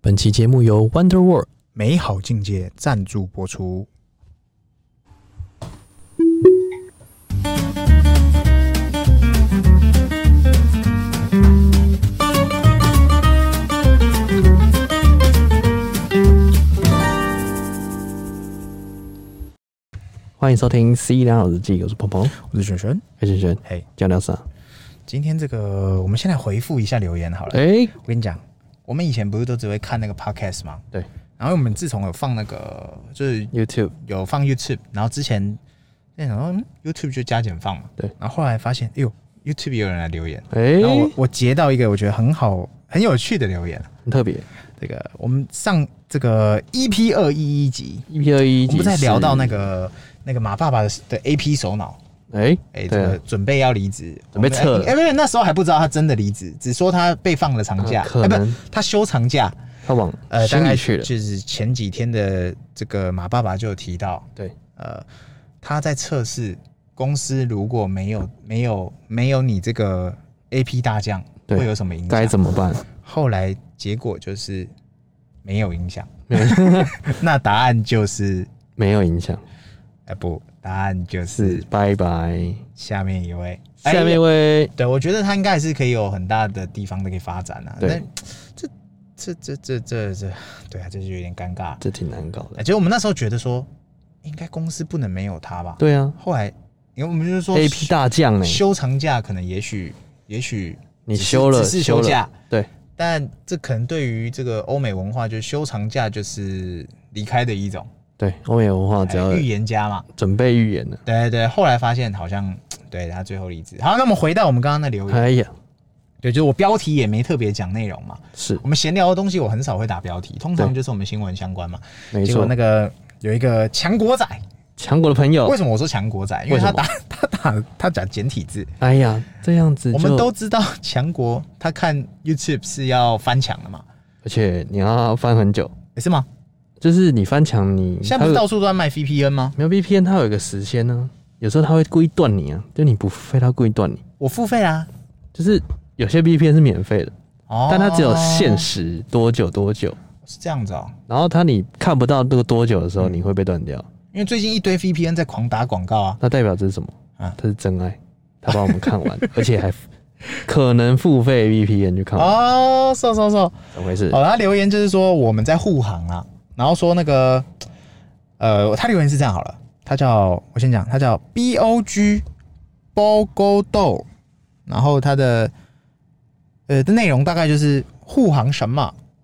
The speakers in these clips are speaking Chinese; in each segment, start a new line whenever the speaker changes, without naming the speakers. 本期节目由 Wonder World
美好境界赞助播出。
欢迎收听《C 两小日记》，我是鹏鹏，哎
我是璇璇，
黑轩轩，
嘿，
讲聊啥？
今天这个我们先来回复一下留言好了。
哎、
我跟你讲，我们以前不是都只会看那个 podcast 吗？
对。
然后我们自从有放那个，就是
y o u t u b e
有放 YouTube，然后之前在想说、嗯、YouTube 就加减放嘛。
对。
然后后来发现，哎呦，YouTube 也有人来留言，
哎、
然后我我截到一个我觉得很好、很有趣的留言。
很特别。
这个我们上这个 EP 二一一集，
EP 二一，
我们不是在聊到那，个那个马爸爸的的 AP 首脑，
哎、
哎、这
对啊
个准备要离职，
准备撤了
我们哎、没有，那时候还不知道他真的离职，只说他被放了长假，
啊可
哎不
能
他休长假，
他往
呃，大
心
概
里去了，
就是前几天的这个马爸爸就有提到，
对，
呃，他在测试公司如果没有没有没有你这个 AP 大将
对
会有什么影
该
响？
怎么办？
后来结果就是没有影响， 那答案就是
没有影响，
哎、不，答案就是
是拜拜。
下面一位，
下面一
哎
位，
对我觉得他应该还是可以有很大的地方的可以发展啊。
对
但这这这这这这，对啊，这就有点尴尬。
这挺难搞
哎，
的。
其实我们那时候觉得说，应该公司不能没有他吧？。
对啊
后来，因为我们就是说
，AP 大将呢、
休长假可能也许也许
你
只是
休了
只是
休
休
了
假，
对，
但这可能对于这个欧美文化，就是休长假就是离开的一种，
对，欧美文化只要
哎预言家嘛。
准备预言了。
对对对，后来发现好像对他最后离职。好，那么回到我们刚刚的留言，
哎呀，
对，就是我标题也没特别讲内容嘛。
是
我们闲聊的东西我很少会打标题，通常
对
就是我们新闻相关嘛。
没
结果
错
那。个有一个强国仔，
强国的朋友
为，什么我说强国仔？因为
哦为什
他
么
打他打他讲简体字。
哎呀，这样子
我们
就
都知道强国他看 YouTube 是要翻墙的嘛，
而且你要翻很久，
也是吗？
就是你翻墙，你
现在
它
不
有
是到处都在卖 VPN 吗？
没有 VPN，它有一个时限呢、有时候它会故意断你啊，就你不付费，它故意断你。
我付费啊啦、
就是有些 VPN 是免费的，
哦，
但它只有限时多久多久，
是这样子哦。
然后它你看不到这个多久的
嗯
时候，你会被断掉。
因为最近一堆 VPN 在狂打广告啊，
那代表这是什么？
啊
它是真爱，它帮我们看完， 而且还可能付费 VPN 去看完，
哦，瘦瘦瘦，
怎么回事？
哦，他留言就是说我们在护航啊，然后说那个，呃，他留言是这样好了，他叫我先讲，他叫 B O G 包勾豆，然后他的呃的内容大概就是护航什么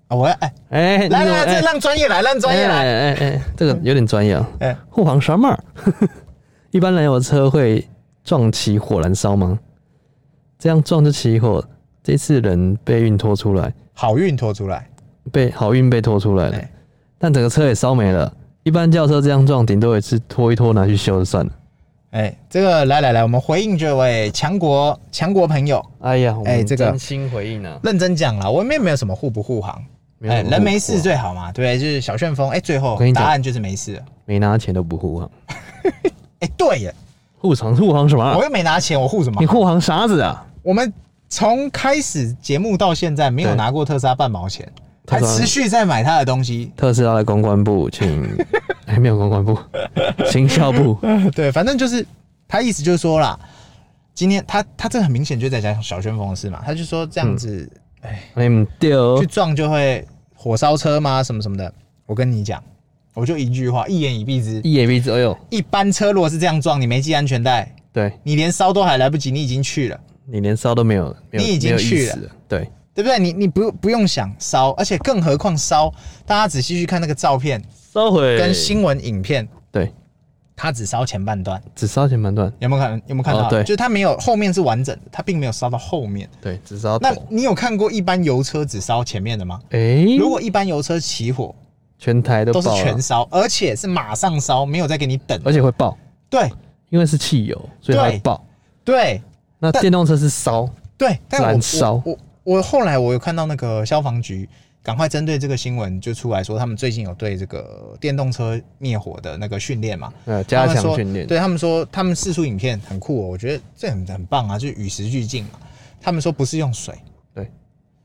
啊，我要哎、
哎，
来来来，
这
这让专业来，让专业来，
哎哎哎，这个有点专业啊。
哎
护航什么？ 一般燃油车会撞起火燃烧吗？这样撞就起火，这次人被运拖出来，
好运拖出来，
被好运被拖出来了，
哎
但整个车也烧没了。一般轿车这样撞，顶多也是拖一拖拿去修就算了。
哎、这个来来来，我们回应这位强国强国朋友，
哎呀，我
哎
们
这个
真心回应啊，
认真讲了，我们也没有什么护不护航，
有
哎、
什么
人没
护
事
航
最好嘛，对，就是小旋风，哎、最后
我跟你讲
答案就是没事了，
没拿钱都不护航，
哎、对耶。
护航护航什么啊
我？又没拿钱，我护什么
你？护航啥子啊？
我们从开始节目到现在没有
对
拿过特斯拉半毛钱，
特
还
斯拉
持续在买他的东 西。
特斯拉的公关部， 请哎没有公关部，行销部，
对，反正就是他意思就是说啦，今天他他这很明显就在讲小旋风的事嘛，他就说这样子、
嗯你唔对哦
去撞就会火烧车吗？什么什么的。我跟你讲，我就一句话，一言以蔽之，
一眼鼻子，哎呦，
一般车如果是这样撞，你没系安全带，
对
你连烧都还来不及，你已经去了。
你连烧都没有，没有
你已经
没有意
去
思了，对，
对不对？你你不不用想烧，而且更何况烧，大家仔细去看那个照片，
烧毁
跟新闻影片，
对，
它只烧前半段，
只烧前半段，
有没有看？有没有看到？
哦对哦
就是它没有后面是完整的，它并没有烧到后面。
对，只烧
那
头。
你有看过一般油车只烧前面的吗？
哎，
如果一般油车起火
全台都
都是
爆了哎
全，烧，而且是马上烧，没有再给你等。
而且会爆，
对
因为是汽油，所以它会
对
爆。
对
那
但
电动车是烧，
对，但我
燃烧
我我我后来我有看到那个消防局。赶快针对这个新闻就出来说，他们最近有对这个电动车灭火的那个训练嘛，
呃，加
他们
强
说
训练，
对他们说，他们试出影片很酷哦，我觉得这很很棒啊，就是与时俱进嘛。他们说不是用水，
对，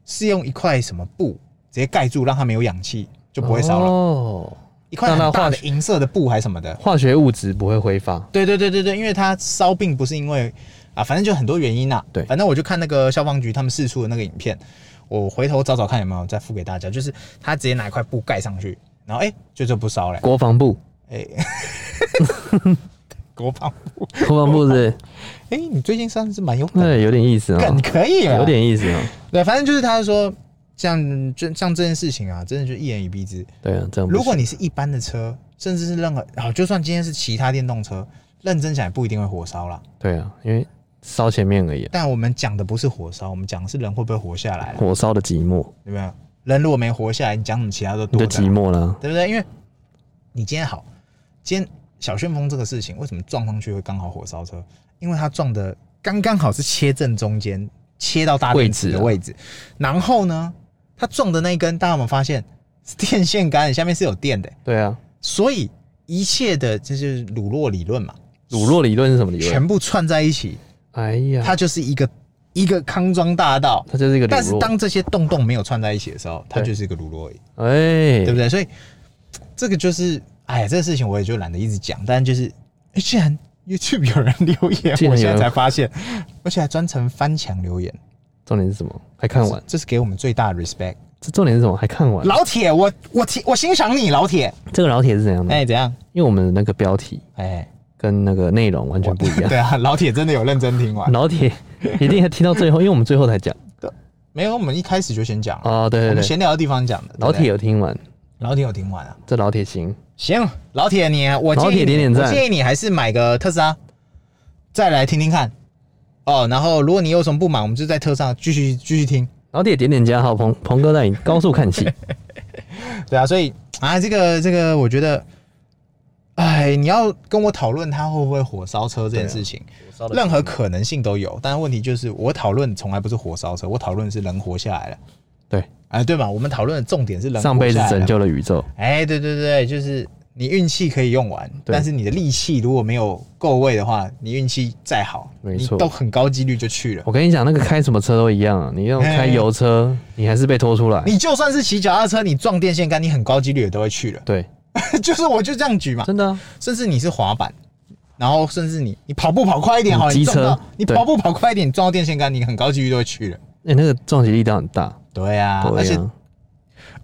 是用一块什么布直接盖住，让它没有氧气，就不会烧了。
哦，
一块
让它
很大
化
的
学
银色的布还是什么的，
化学物质不会挥发。
对对对对对，因为它烧并不是因为啊，反正就很多原因呐、
对
反正我就看那个消防局他们试出的那个影片，我回头找找看有没有再付给大家。就是他直接拿一块布盖上去，然后哎、就这不烧了、
国防部，
哎、国防部，
国防部 是
哎、你最近算是蛮有梗，
那有点意思啊
梗，可以啊，
有点意思啊。
对，反正就是他说。像就像这件事情啊，真的就一言以蔽之。
对啊，这样不行
如果你是一般的车，甚至是任何啊，就算今天是其他电动车，认真想也不一定会火烧啦。
对啊，因为烧前面而已啊、
但我们讲的不是火烧，我们讲的是人会不会活下来了，
火烧的寂寞，
对不对？人如果没活下来，你讲什么其他都
你就
多的，
寂寞了。
对不对？因为你今天好，今天小旋风这个事情为什么撞上去会刚好火烧车？因为它撞的刚刚好是切正中间，切到大电池的位置。然后呢，它撞的那一根，大家有没有发现是电线杆下面是有电的？
对啊，
所以一切的这就是鲁洛理论嘛，
乳酪理论是什么理论？
全部串在一起，
哎呀，
它就是一个一个康庄大道。
它就是一个乳酪。
但是当这些洞洞没有串在一起的时候，它
对
就是一个乳酪而已，
哎，
对不对？所以这个就是，哎呀，这个事情我也就懒得一直讲，但就是，哎竟然 YouTube 有人留言，
竟然有人
我现在才发现，而且还专程翻墙留言，
重点是什么？还看完。
这是给我们最大的 respect。
这重点是什么？还看完。
老铁，我我提我欣赏你，老铁。
这个老铁是怎样的？
哎、怎样？
因为我们的那个标题
哎、
跟那个内容完全不一样。嗯
对啊，老铁真的有认真听 完，
老铁一定要听到最后，因为我们最后才讲。
没有？我们一开始就先讲了，
哦，对
我
对
们
对，
闲聊的地方讲的。
老
对不
铁
对，
有听完，
老铁有听完啊？
这老铁行。
行，老铁你，我建议
老铁
你
点点赞
我建议你还是买个特斯拉，再来听听看。哦，然后如果你有什么不满，我们就在特斯拉继续继续听。
老铁点点加号，鹏鹏哥带你高速看 戏。
对啊，所以啊，这个这个，我觉得，哎，你要跟我讨论它会不会火烧车这件事情，
啊
任何可能性都有。但是问题就是，我讨论从来不是火烧车，我讨论的是人活下来了。
对，
哎，对嘛，我们讨论的重点是人
上
活
辈子
下来
拯
了
救了宇宙。
哎，对对对，就是你运气可以用完，
对
但是你的力气如果没有够位的话，你运气再好，
没
你
错
都很高几率就去了。
我跟你讲，那个开什么车都一样啊，你要开油车，你还是被拖出来。
你就算是骑脚踏车，你撞电线杆，你很高几率也都会去了。
对，
就是我就这样举嘛，
真的啊，
甚至你是滑板，然后甚至你你跑步跑快一点好了，
你哦
你
机
撞到
车
你
对
跑步跑快一点，你撞到电线杆，你很高几率都会去了。
哎，那个撞击力道很大。
对啊，而
对
且
啊，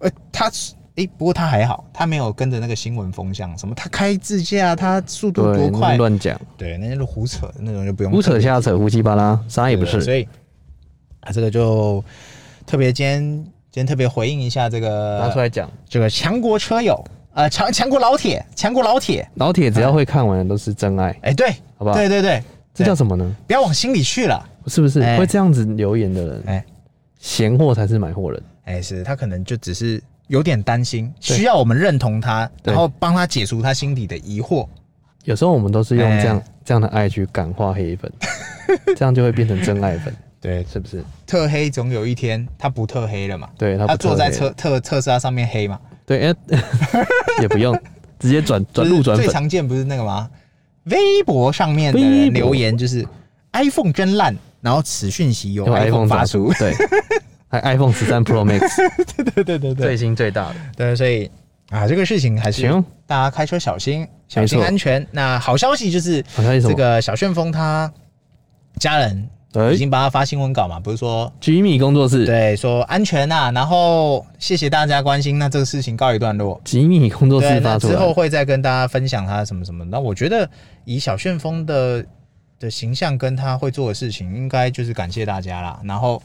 呃，他是诶，不过他还好，他没有跟着那个新闻风向，什么他开自驾，他速度
对，
多
那
快，
乱讲，
对，那些是胡扯，那种就不用
胡
讲
扯瞎扯，胡七八拉，啥也不
对所
是。
以啊，这个就特别今天今天特别回应一下这
拿出
个
来讲，
这个强国车友，呃，强强国老铁，强国老铁，
老铁只要会看完的都是真爱，
哎、对，
好不好
对对对，
这叫什么呢？
不要往心里去了，
是不是
哎
会这样子留言的人？
哎
闲货才是买货人。
哎、是他可能就只是有点担心，
对
需要我们认同他，
对
然后帮他解除他心底的疑惑，
有时候我们都是用这样、
哎
这样的爱去感化黑 粉，这样就会变成真爱粉，
对，
是不是？
特黑总有一天他不特黑了嘛，
对他
他
不
坐
特
在
别
车特特斯拉上面黑嘛，
对，哎、 也不用直接转转
就
路
是
转
最
粉，
常见不是那个吗？微博上面的
微
人
博
留言就是 iPhone 真烂，然后此讯息由
用
iPhone 发出。
出，对，还 iPhone 十三 Pro Max
对对对
最
对
新最大的，
对，所以啊，这个事情还是
行
大家开车小心，小
没
心
错
安全。那好消息就是，
好像是什
这
么？
个小旋风他家人
哎
已经帮他发新闻稿嘛，不是说。
，Jimmy 工作室
对，说安全呐、然后谢谢大家关心，那这个事情告一段落。
吉米工作
对，
室
那
发出
之后
来，
会再跟大家分享他什么什么。那我觉得以小旋风的的形象跟他会做的事情，应该就是感谢大家啦。然后，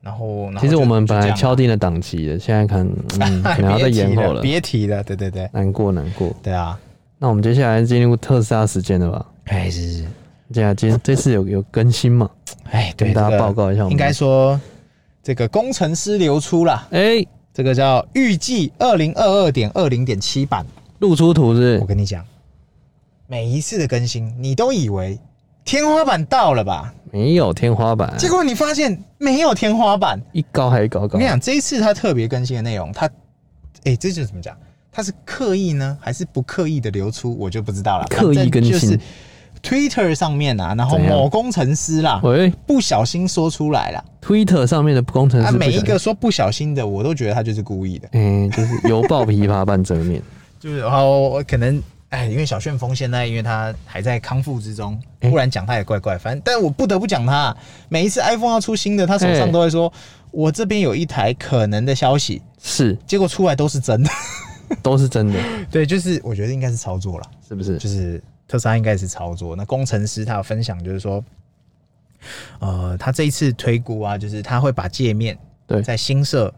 然后，然后
其实
就
我们本来
就这
敲
样
定了档期的，现在看， 嗯，
啦
可能要再延后了，
别提了，别提了，对对对，
难过难过。
对啊，
那我们接下来进入特斯拉时间了吧？
哎是是，
对啊，今天这次有有更新嘛？
哎对，
跟大
这
家
个
报告一下我们
应该说这个工程师流出啦，
哎、
这个叫预计二零二二点二零点七版。
露出图是
我
不是
跟你讲，每一次的更新，你都以为天花板到了吧？
没有天花板，啊
结果你发现没有天花板。
一高还高
我
高
跟你。讲，这一次他特别更新的内容，他，哎、这就是怎么讲？他是刻意呢，还是不刻意的流出，我就不知道了。
刻意更新
反正就是 Twitter 上面啊，然后
怎样
某工程师啦，
喂
不小心说出来啦。
，Twitter 上面的工程
啊，
师不
每一
小
个说不小心的，我都觉得他就是故意的。
哎、就是犹抱琵琶半遮 面。
就是然
哦
后可能哎，因为小旋风现在因为他还在康复之中，
哎
不然讲他也怪怪。反正，但我不得不讲他，每一次 iPhone 要出新的，他手
哎
上都会说，我这边有一台可能的消息，
是，
结果出来都是 真的。
都是真的，
对，就是我觉得应该是操作了，
是不是？
就是特斯拉应该是操作。那工程师他有分享就是说，呃，他这一次推估啊，就是他会把界面
对
在新设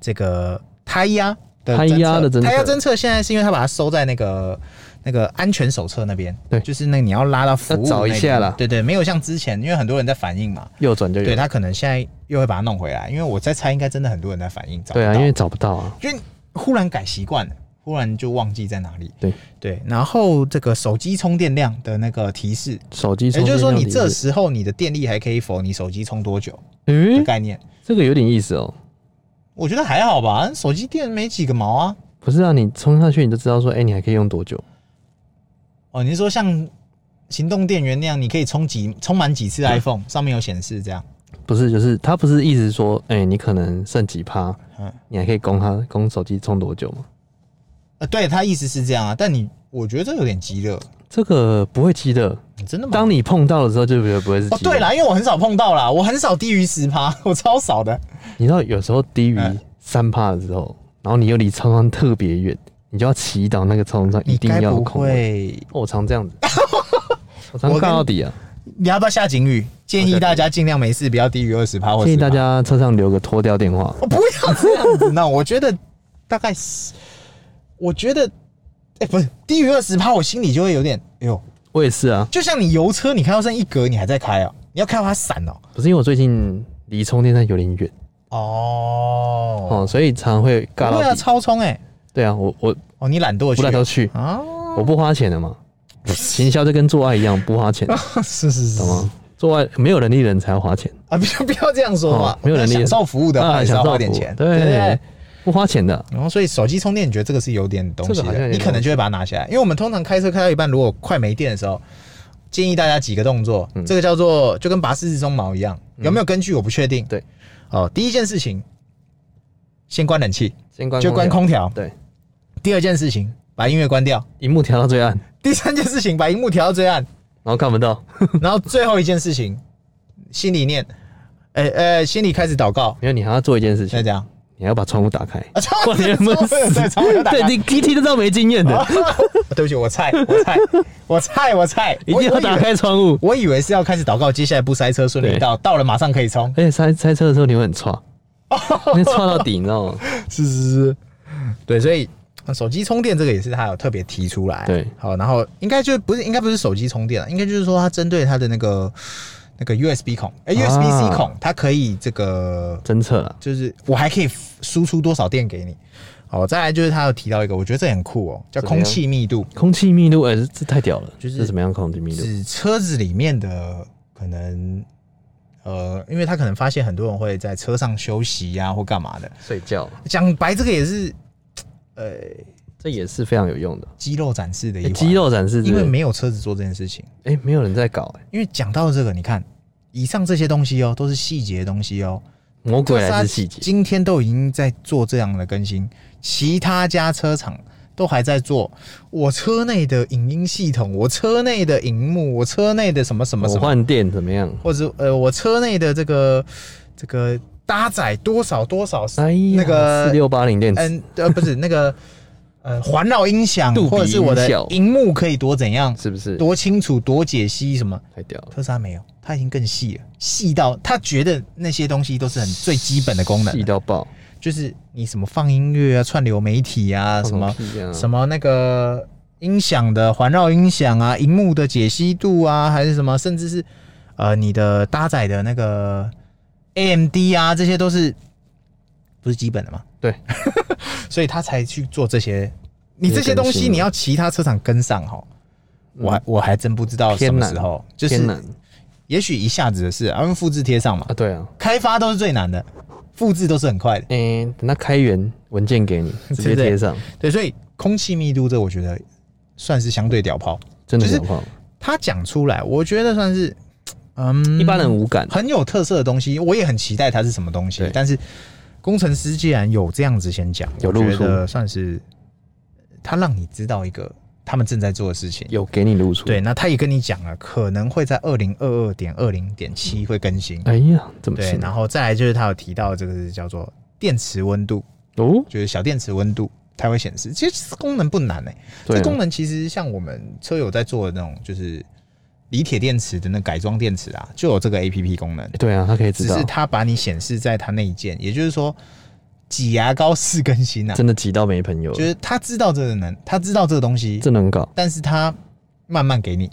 这个胎压的
胎压的侦测
胎压侦测现在是因为他把它收在那个那个安全手册那边，
对
就是那个你要拉到服
要
务
找一下啦啊
了，对对，没有像之前，因为很多人在反映嘛，
右转就有。
对他可能现在又会把它弄回来，因为我在猜，应该真的很多人在反映，找不
对啊，
到
因为找不到啊。
因为忽然改习惯了，忽然就忘记在哪里，
对
对，然后这个手机充电量的那个提示，
手机充
也就
电
是说
量
你
提
这
示，
时候你的电力还可以否你手机充多久的
诶、
概念。
这个有点意思哦。
我觉得还好吧，手机电没几个毛啊。
不是啊，你充上去你就知道说，哎、你还可以用多久？
哦，你是说像行动电源那样，你可以充几充满几次 iPhone，上面有显示这样。
不是，就是它不是意思说，哎、你可能剩几趴，
嗯，
你还可以供它供手机充多久吗？
呃，对，他意思是这样啊，但你我觉得这有点急了，
这个不会记得，
你真的吗？
当你碰到的时候就觉得不会是
哦，
记得。
对啦，因为我很少碰到啦，我很少低于十趴，我超少的。
你知道有时候低于
嗯
三趴的时候，然后你又离超商特别远，你就要祈祷那个超商上一
你
定
该
要有
不
空位。
会，
哦我常这样 子，我常
我
干
跟
到底啊！
你要不要下警语？建议大家尽量没事，不要低于二十趴或
建议
10%
大，家车上留个脱掉电话。
我不要这样子。那我觉得大概是，我觉得，哎、不是低于二十趴，我心里就会有点，哎呦，
我也是啊，
就像你油车，你开到剩一格，你还在开哦，你要开到它闪哦。
不是因为我最近离充电站有点远
哦，
哦，所以常会尬
对
到
啊，
底。
超充哎、
对啊，我我
哦，你懒惰去
不带都去，
啊？
我不花钱的嘛。行销就跟做爱一样，不花钱，
是是是
懂 吗？做爱没有能力的人才要花钱
啊，不要不要这样说话，
哦没有人理
享受服务的话
啊，
也是要
想
花
造
点
福
钱，不
对，不花钱的，
然后，所以手机充电，你觉得这个是有点东西
这个好像
的，
有点
你可能就会把它拿下来。因为我们通常开车开到一半，如果快没电的时候，建议大家几个动作，
嗯
这个叫做就跟拔四字鬃毛一样，有没有根据我不确定。
对，
哦，第一件事情，先关冷气，
先关
就关
空调，
空调。
对，
第二件事情，把音乐关掉。
荧幕调到最暗，
第三件事情，把荧幕调到最 暗。
然后看不到，
然后最后一件事情，心里念，呃呃，心里开始祷告，
没有，你还要做一件事
那
情，
这样。
你还要把窗户打 开。
啊，超
哇，你有没有死？
对，超有打开哦
对，你一听就知道没经验的，
对不起，我菜，我菜，我菜，我菜，
一定要打开窗户。
我以为。我以为是要开始祷告，接下来不塞车，顺利
对
到，到了马上可 以冲。
而且哎塞塞车的时候你会很 差，你会差到底，你知道吗？
是是是，对，所以呃手机充电这个也是他有特别提出来。
对
好，然后应该就不是应该不是手机充电了，应该就是说它针对它的那个那个 USB 孔，
啊
哎、USB C 孔，它可以这个
侦测啊了，
就是我还可以输出多少电给你。好，再来就是他有提到一个，我觉得这很酷哦，叫
怎么
空
样
气密度。
空气密度，哎、这这太屌了！
就是
这怎么样空气密度？
指车子里面的可能，呃，因为他可能发现很多人会在车上休息呀、或干嘛的。
睡觉，
讲白，这个也是，呃，
这也是非常有用的。
肌肉展示的一
哎
环。
肌，肉展示、这
因
个
为没有车子做这件事情。
哎、没有人在搞、哎，
因为讲到这个，你看，以上这些东西哦，都是细节的东西哦。
魔鬼来
特
自
斯
细
拉
节，
今天都已经在做这样的更新，其他家车厂都还在做。我车内的影音系统，我车内的荧幕，我车内的什么什么
我
什么。
换电怎么样？
或者呃，我车内的这个这个搭载多少多少
哎呀，
那个
四六八零电池，
嗯呃不是那个呃环绕音响
杜比
或者是我的
音效
荧幕可以多怎样
是不是？
多清楚多解析什么？
太屌了，
特斯拉没有，它已经更细了，细到他觉得那些东西都是很最基本的功能
细，到爆，
就是你什么放音乐啊、串流媒体啊、什么
放屁啊？
什么那个音响的环绕音响啊，荧幕的解析度啊，还是什么，甚至是呃你的搭载的那个 AMD 啊，这些都是不是基本的嘛？
对，
所以他才去做这些。你
这些
这些
更
东
新
西
嘛
你要其他车厂跟上哈，我还我还真不知道什
嗯偏
么
难
时候，就
天
是
然
也许一下子的事，啊因为复制贴上嘛
啊，，对啊，
开发都是最难的，复制都是很快的。
哎、等他开源文件给 你，直接
对
贴上，
对，所以空气密度这我觉得算是相对屌炮。
真的
就是
很棒。
他讲出来，我觉得算是，嗯，
一般人无感。
很有特色的东西，我也很期待它是什么东西
对。
但是工程师既然有这样子先讲，
有露
我觉
出
得算是他让你知道一个他们正在做的事情。
有给你露出。，
对，那他也跟你讲了，可能会在二零二二点二零点七会更新。
哎呀，怎么
对，
行
然后再来就是他有提到这个是叫做电池温度，
哦，
就是小电池温度它会显示。其实功能不难哎、
对
这功
啊，
能其实像我们车友在做的那种，就是锂铁电池的那改装电池啊，就有这个 A P P 功能。
对啊，他可以知
只
道
是，它把你显示在它内建，也就是说挤牙膏式更新啊，
真的挤到没朋友
就
了，
是他知道这个能，他知道这个东西，
这能搞。
但是他慢慢给你。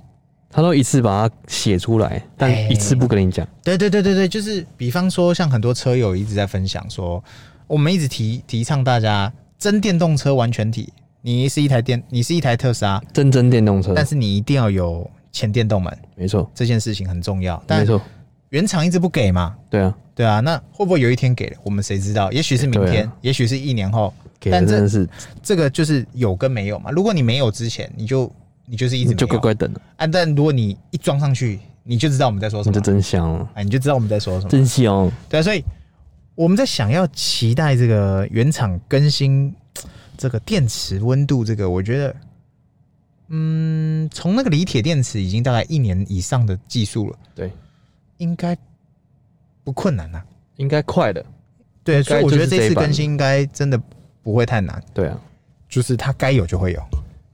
他都一次把它写出来，但
哎
一次不跟你讲。
对对对对对，就是比方说像很多车友一直在分享说，我们一直提提倡大家真电动车完全体，你是一台电，你是一台特斯拉，
真真电动车，
但是你一定要有前电动门，
没错，
这件事情很重要。
没
但
错，
原厂一直不给嘛，
对啊，
对啊，那会不会有一天给了？我们谁知道？也许是明
对啊
天，也许是一年后，
给
但
的
这
真的是
这个就是有跟没有嘛。如果你没有之前，你就你就是一直
你就
没有
乖乖等了，
啊。但如果你一装上去，你就知道我们在说什
你就
么，
真香了，
哎，你就知道我们在说什么。
真香。
对啊，所以我们在想要期待这个原厂更新这个电池温度，这个我觉得，嗯，从那个锂铁电池已经大概一年以上的技术了，
对，
应该不困难呐、啊
应该快的，
对，所以我觉得
就是这
这
一
次
版
更新应该真的不会太难，
对啊，
就是它该有就会有。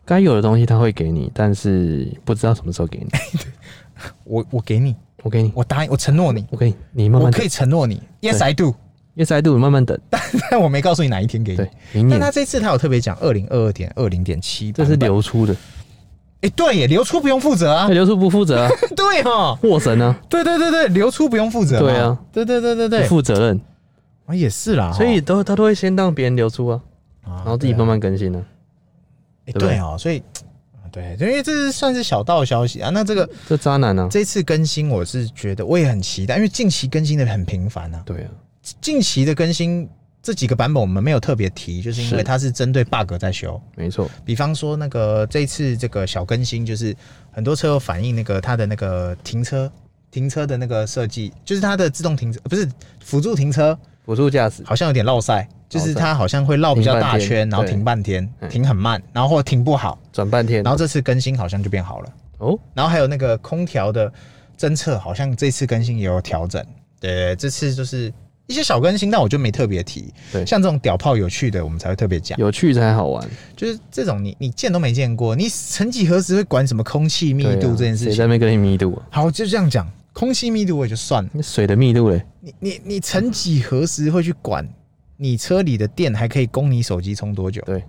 该有的东西他会给你，但是不知道什么时候给你。
我我给你，
我给你，
我答应，我承诺你，
我给你，你慢慢
我
等
可以承诺你，Yes I do，
，yes I do，慢慢等。
但我没告诉你哪一天给你
对。，明
但
年
他这次他有特别讲二零二二点二零点七，
这是流出的，
哎、对耶，流出不用负责啊
那，流出不负责啊，
对哦，
获神啊，
对对对对，流出不用负责嘛，
对啊
对对对对
不
对，
负责任，
啊也是啦，
所以都他都会先让别人流出啊，
然
然后自己慢慢更新啊，对
对,、
不对
对哦，所以对，因为这是算是小道消息啊，那这个
这渣男啊，
这次更新我是觉得我也很期待，因为近期更新的很频繁啊，
对啊，
近期的更新。这几个版本我们没有特别提，就是因为
是
它是针对 bug 在修。
没错，
比方说那个这一次这个小更新，就是很多车友反映那个它的那个停车停车的那个设计，就是它的自动停车呃不是辅助停车，
辅助驾驶，
好像有点绕塞，就是它好像会绕比较大
停
圈，
半天
然后停半天，
对
停很慢，然后或停不好，
转半天，
然后这次更新好像就变好了。
哦，
然后还有那个空调的侦测，好像这次更新也有调整。对，这次就是一些小更新，但我就没特别提。
对
像这种屌炮有趣的，我们才会特别讲。
有趣才好玩，
就是这种你你见都没见过，你曾几何时会管什么空气密
对啊
度这件事
谁
情？
在那边跟你密度啊？
好，就这样讲，空气密度我也就算了。
那水的密度嘞？
你你你曾几何时会去管你车里的电还可以供你手机充多久？
对，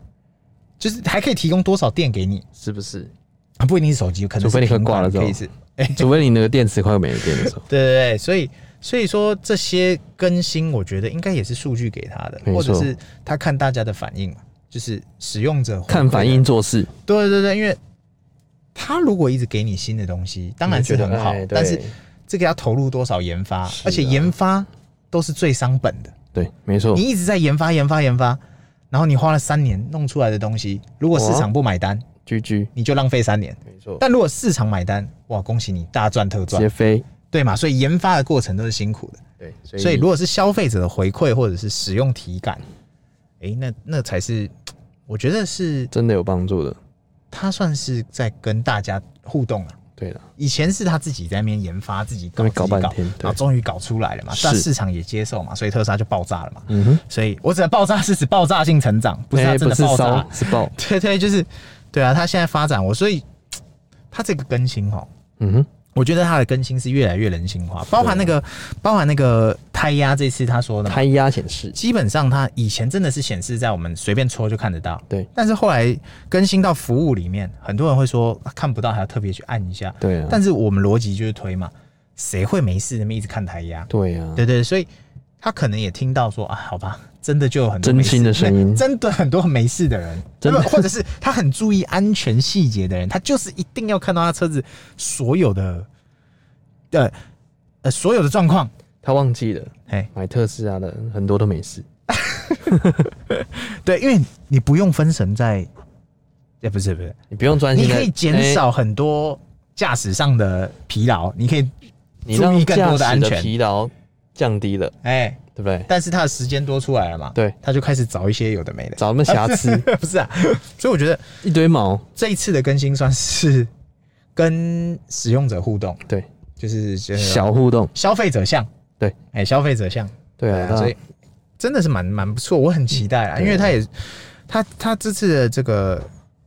就是还可以提供多少电给你？
是不是？
啊，不一定是手机，可能
除非
是
你快
平板
挂了之后
可以是。
除非你那个电池快没电的时候，
对对对，所以所以说这些更新，我觉得应该也是数据给他的，
没错
或者是他看大家的反应嘛，就是使用者回馈 的
看反。应做事，
对对对，因为他如果一直给你新的东西，当然是很好
你就觉，得
但
哎
是
对
这个要投入多少研发，
是啊
而且研发都是最伤本的。
对，没错
你，一直在研发、研发、研发，然后你花了三年弄出来的东西，如果市场不买单，
居居，
你就浪费三年；
没错，
但如果市场买单，哇，恭喜你大赚特
直
赚
接，飞，
对嘛？所以研发的过程都是辛苦的，
对，所以
所以如果是消费者的回馈或者是使用体感，诶，那那才是我觉得是
真的有帮助的，
他算是在跟大家互动了。
对了，
以前是他自己在那边研发，自己搞
那边搞
自己
半天对
然后终于搞出来了嘛，
是
但市场也接受嘛，所以特斯拉就爆炸了嘛。
嗯哼，
所以我指的爆炸是指爆炸性成长，不是它
哎不
真的
是
爆炸。
烧是爆，
对对，就是对啊，它现在发展我，所以它这个更新哦，
嗯哼，
我觉得它的更新是越来越人性化，包含那个包含那个胎压，这次他说的嘛，
胎压显示，
基本上它以前真的是显示在我们随便戳就看得到，
对
但是后来更新到服务里面，很多人会说、啊看不到还要特别去按一下，
对啊，
但是我们逻辑就是推嘛，谁会没事那么一直看胎压？
对啊，
对对，所以他可能也听到说啊，好吧，真的就有很多
真
没事
心的声音
对真的很多很没事的人，
真的
或者是他很注意安全细节的人，他就是一定要看到他车子所有的，呃呃所有的状况，
他忘记了
哎，
买特斯拉的很多都没事，
对，因为你不用分神在，哎、不是不是，
你不用专
你
心在，
可以减
哎
少很多驾驶上的疲劳，你可以
你
注
让
意更
驾
多
驶
的安
的
全
疲劳降低了，
哎、
对不对？
但是他的时间多出来了嘛，
对，
他就开始找一些有的没的，
找那么瑕疵，
不是啊，所以我觉得
一堆毛，
这一次的更新算是跟使用者互动，
对，
就是就是
小互动，
消费者向，
对，
哎、消费者向，
对
对
啊，
啊，所以真的是蛮蛮不错，我很期待啊，
对啊
因为他也他他这次的这个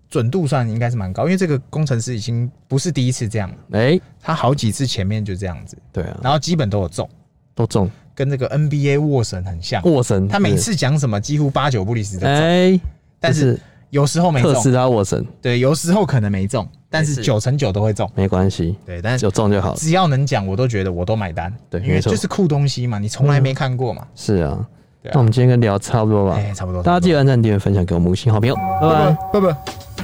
准度算应该是蛮高，因为这个工程师已经不是第一次这样了，
哎、
他好几次前面就这样子，
对啊，
然后基本都有中，
都中
跟这个 NBA 沃神很像，
沃神，
他每次讲什么几乎八九不离十
对
的中，
嗯哎、
但
就是
有时候没
特斯
中，
拉沃神
对，有时候可能没中，但
没
是
事
九成九都会中，
没关系，
对，但是
有中就好了。
只要能讲，我都觉得我都买单，
对
因为
没错
就是酷东西嘛，你从来没看过嘛，
是啊，
对啊
那我们今天跟聊差不多吧，
哎，差不多，
嗯大家记哦
得
得按赞、订阅、分享给我们五星好朋友，拜拜。
拜拜。